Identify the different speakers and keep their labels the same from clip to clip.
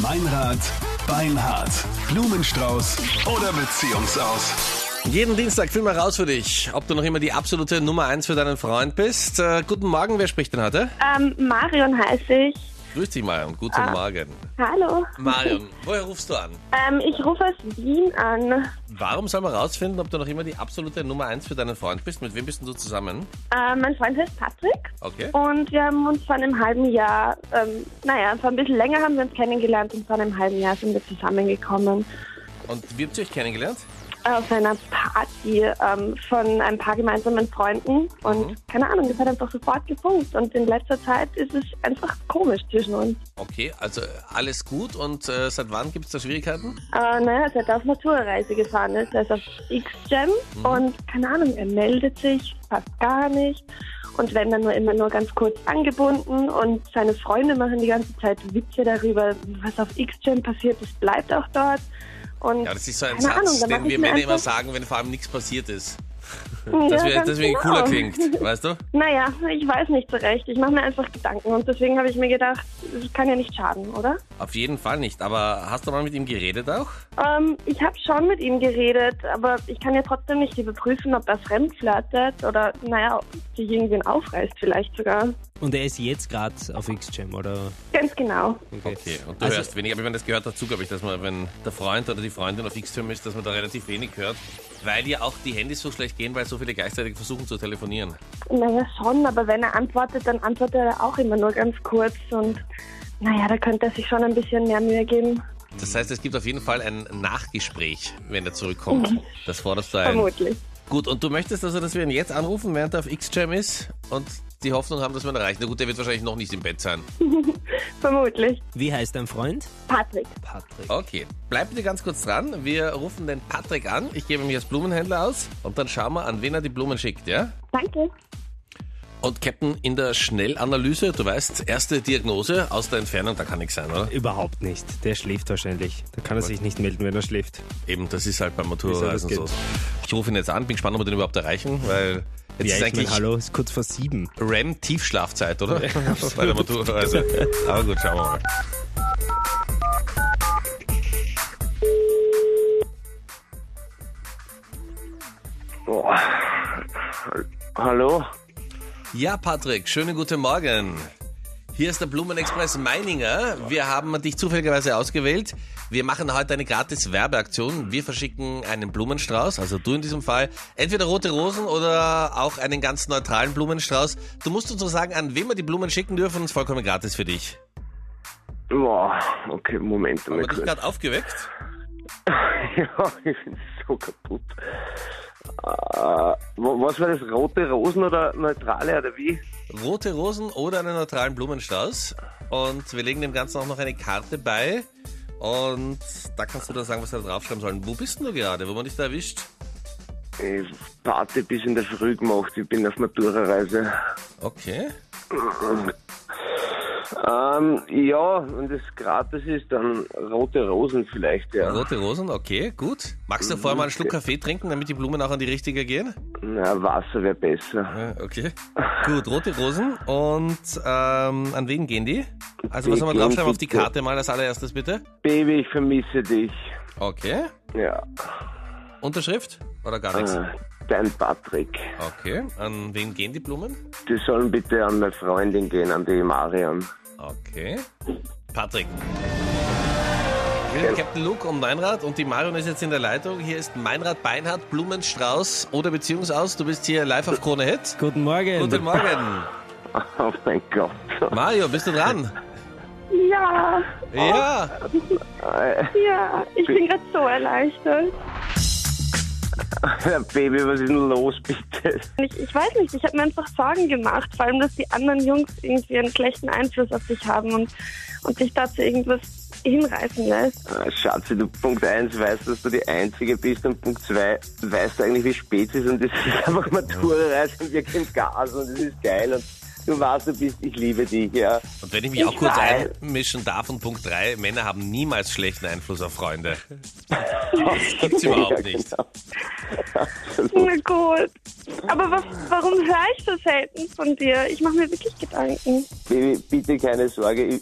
Speaker 1: Meinrad, Beinhard, Blumenstrauß oder Beziehungsaus.
Speaker 2: Jeden Dienstag finden wir raus für dich, ob du noch immer die absolute Nummer eins für deinen Freund bist. Äh, guten Morgen, wer spricht denn heute?
Speaker 3: Ähm, Marion heiße ich.
Speaker 2: Grüß dich, Marion. Guten
Speaker 3: Ah.
Speaker 2: Morgen.
Speaker 3: Hallo.
Speaker 2: Marion, woher rufst du an?
Speaker 3: Ähm, ich rufe aus Wien an.
Speaker 2: Warum sollen wir rausfinden, ob du noch immer die absolute Nummer eins für deinen Freund bist? Mit wem bist denn du zusammen?
Speaker 3: Ähm, mein Freund heißt Patrick
Speaker 2: Okay.
Speaker 3: und wir haben uns vor einem halben Jahr, ähm, naja, vor ein bisschen länger haben wir uns kennengelernt und vor einem halben Jahr sind wir zusammengekommen äh,
Speaker 2: Und wie habt ihr euch kennengelernt?
Speaker 3: auf einer Party ähm, von ein paar gemeinsamen Freunden und
Speaker 2: Mhm.
Speaker 3: keine Ahnung, das hat einfach sofort gefunkt und in letzter Zeit ist es einfach komisch zwischen uns.
Speaker 2: Okay, also äh, alles gut und äh, seit wann gibt es da Schwierigkeiten?
Speaker 3: Äh, naja, seit er auf Naturreise gefahren ist, er ist auf X-Gem
Speaker 2: Mhm.
Speaker 3: und keine Ahnung, er meldet sich fast gar nicht und wenn dann nur immer nur ganz kurz angebunden und seine Freunde machen die ganze Zeit Witze darüber, was auf X-Gem passiert ist, bleibt auch dort. Und
Speaker 2: Ja, das ist so ein
Speaker 3: keine Ahnung,
Speaker 2: Satz,
Speaker 3: da mach
Speaker 2: den
Speaker 3: ich
Speaker 2: wir
Speaker 3: mir
Speaker 2: Männer immer
Speaker 3: einfach-
Speaker 2: sagen, wenn vor allem nichts passiert ist.
Speaker 3: Ja,
Speaker 2: Dass wir,
Speaker 3: ganz
Speaker 2: deswegen
Speaker 3: genau.
Speaker 2: cooler klingt, weißt du?
Speaker 3: Naja, ich weiß nicht so recht. Ich mache mir einfach Gedanken und deswegen habe ich mir gedacht, es kann ja nicht schaden, oder?
Speaker 2: Auf jeden Fall nicht, aber hast du mal mit ihm geredet auch?
Speaker 3: Ähm, ich habe schon mit ihm geredet, aber ich kann ja trotzdem nicht überprüfen, ob er fremdflirtet oder, naja, ob sich irgendwen aufreißt vielleicht sogar.
Speaker 4: Und er ist jetzt gerade auf X-Jam, oder?
Speaker 3: Ganz genau.
Speaker 2: Okay, und du
Speaker 4: Also-
Speaker 2: hörst wenig, aber wenn man das gehört dazu, glaube ich, dass man, wenn der Freund oder die Freundin auf X-Term ist, dass man da relativ wenig hört, weil ja auch die Handys so schlecht gehen, weil so viele gleichzeitig versuchen zu telefonieren.
Speaker 3: Naja, schon, aber wenn er antwortet, dann antwortet er auch immer nur ganz kurz und, naja, da könnte er sich schon ein bisschen mehr Mühe geben.
Speaker 2: Das heißt, es gibt auf jeden Fall ein Nachgespräch, wenn er zurückkommt. Das forderst du ein.
Speaker 3: Vermutlich.
Speaker 2: Gut, und du möchtest also, dass wir ihn jetzt anrufen, während er auf X-Jam ist und die Hoffnung haben, dass wir ihn erreichen. Na gut, der wird wahrscheinlich noch nicht im Bett sein.
Speaker 3: Vermutlich.
Speaker 4: Wie heißt dein Freund?
Speaker 3: Patrick.
Speaker 4: Patrick.
Speaker 2: Okay, bleib bitte ganz kurz dran. Wir rufen den Patrick an. Ich gebe mich als Blumenhändler aus und dann schauen wir, an wen er die Blumen schickt, ja?
Speaker 3: Danke.
Speaker 2: Und Captain, in der Schnellanalyse, du weißt, erste Diagnose aus der Entfernung, da kann nichts sein, oder?
Speaker 4: Überhaupt nicht. Der schläft wahrscheinlich. Da kann er sich nicht melden, wenn er schläft.
Speaker 2: Eben, das ist halt beim
Speaker 4: Ist
Speaker 2: Motorreisen
Speaker 4: ja
Speaker 2: so.
Speaker 4: das
Speaker 2: Ich rufe ihn jetzt an, bin gespannt, ob wir den überhaupt erreichen, weil jetzt ist
Speaker 4: ja, ich mein,
Speaker 2: eigentlich
Speaker 4: hallo, ist kurz vor sieben.
Speaker 2: REM-Tiefschlafzeit, oder? Bei der Motorreise. Aber gut, schauen wir mal.
Speaker 5: Boah. Hallo?
Speaker 2: Ja, Patrick, schönen guten Morgen. Hier ist der Blumenexpress Meininger. Wir haben dich zufälligerweise ausgewählt. Wir machen heute eine gratis Werbeaktion. Wir verschicken einen Blumenstrauß, also du in diesem Fall, entweder rote Rosen oder auch einen ganz neutralen Blumenstrauß. Du musst uns nur sagen, an wen wir die Blumen schicken dürfen, ist vollkommen gratis für dich.
Speaker 5: Boah, okay, Moment
Speaker 2: Haben
Speaker 5: mal
Speaker 2: wir dich
Speaker 5: kurz.
Speaker 2: gerade aufgeweckt?
Speaker 5: ja, ich bin so kaputt. Äh, wa- was war das? Rote Rosen oder neutrale oder wie?
Speaker 2: rote Rosen oder einen neutralen Blumenstrauß. Und wir legen dem Ganzen auch noch eine Karte bei. Und da kannst du dann sagen, was wir da draufschreiben sollen. Wo bist denn du gerade? Wo man dich da erwischt?
Speaker 5: Ich Party bis in der Früh gemacht, ich bin auf Matura-Reise.
Speaker 2: Okay.
Speaker 5: Ähm, ja, wenn das gratis ist, dann rote Rosen vielleicht, ja.
Speaker 2: Rote Rosen, okay, gut. Magst du vorher mal einen Schluck Kaffee trinken, damit die Blumen auch an die richtige gehen?
Speaker 5: Na, Wasser wäre besser.
Speaker 2: Äh, Okay. Gut, rote Rosen. Und ähm, an wen gehen die? Also was soll man
Speaker 5: Die gehen
Speaker 2: draufschreiben auf die
Speaker 5: bitte.
Speaker 2: Karte mal als allererstes bitte?
Speaker 5: Baby, ich vermisse dich.
Speaker 2: Okay.
Speaker 5: Ja,
Speaker 2: Unterschrift? Oder gar nichts?
Speaker 5: äh, dein Patrick.
Speaker 2: Okay. An wen gehen die Blumen?
Speaker 5: Die sollen bitte an meine Freundin gehen, an die Marian.
Speaker 2: Okay. Patrick. Ich bin Captain Luke und Meinrad und die Marion ist jetzt in der Leitung. Hier ist Meinrad Beinhardt, Blumenstrauß oder Beziehungsaus. Du bist hier live auf Krone Hit.
Speaker 4: Guten Morgen.
Speaker 2: Guten Morgen.
Speaker 5: Oh mein Gott.
Speaker 2: Mario, bist du dran?
Speaker 3: Ja,
Speaker 2: Ja.
Speaker 3: ja, ich bin gerade so erleichtert.
Speaker 5: Ja, Baby, was ist denn los, bitte?
Speaker 3: Ich, ich weiß nicht, ich habe mir einfach Sorgen gemacht, vor allem, dass die anderen Jungs irgendwie einen schlechten Einfluss auf dich haben und, und dich dazu irgendwas hinreißen lässt.
Speaker 5: Ah, Schatzi, du Punkt 1 weißt, dass du die Einzige bist und Punkt 2 weißt du eigentlich, wie spät es ist und es ist einfach Matura-Reise und wir geben Gas und es ist geil und du weißt, du bist, ich liebe dich, ja.
Speaker 2: Und wenn ich mich auch
Speaker 5: Ich
Speaker 2: kurz
Speaker 5: weiß.
Speaker 2: einmischen darf und Punkt 3, Männer haben niemals schlechten Einfluss auf Freunde. Das gibt's überhaupt nicht.
Speaker 5: Genau.
Speaker 3: Na gut. Aber was, warum höre ich so selten von dir? Ich mache mir wirklich Gedanken.
Speaker 5: Baby, bitte keine Sorge, ich,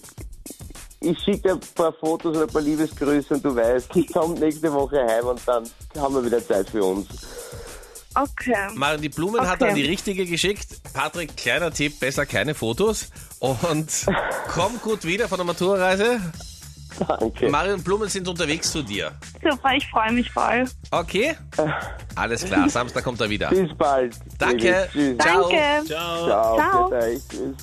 Speaker 5: ich schicke dir ein paar Fotos und ein paar Liebesgrüße und du weißt, ich komme nächste Woche heim und dann haben wir wieder Zeit für uns.
Speaker 3: Okay.
Speaker 2: Marion, die Blumen hat
Speaker 3: Okay.
Speaker 2: er an die richtige geschickt. Patrick, kleiner Tipp, besser keine Fotos. Und komm gut wieder von der Maturreise.
Speaker 5: Danke.
Speaker 2: Marion, Blumen sind unterwegs zu dir.
Speaker 3: Super, ich freue mich voll.
Speaker 2: Okay? Alles klar, Samstag kommt er wieder.
Speaker 5: Bis bald.
Speaker 2: Danke.
Speaker 5: Tschüss.
Speaker 2: Ciao.
Speaker 3: Danke.
Speaker 5: Ciao.
Speaker 3: Ciao.
Speaker 5: Bitte, ich- Tschüss.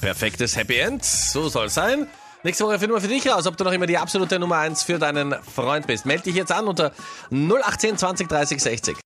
Speaker 2: Perfektes Happy End, so soll es sein. Nächste Woche finden wir für dich raus, ob du noch immer die absolute Nummer 1 für deinen Freund bist. Meld dich jetzt an unter 018 20 30 60.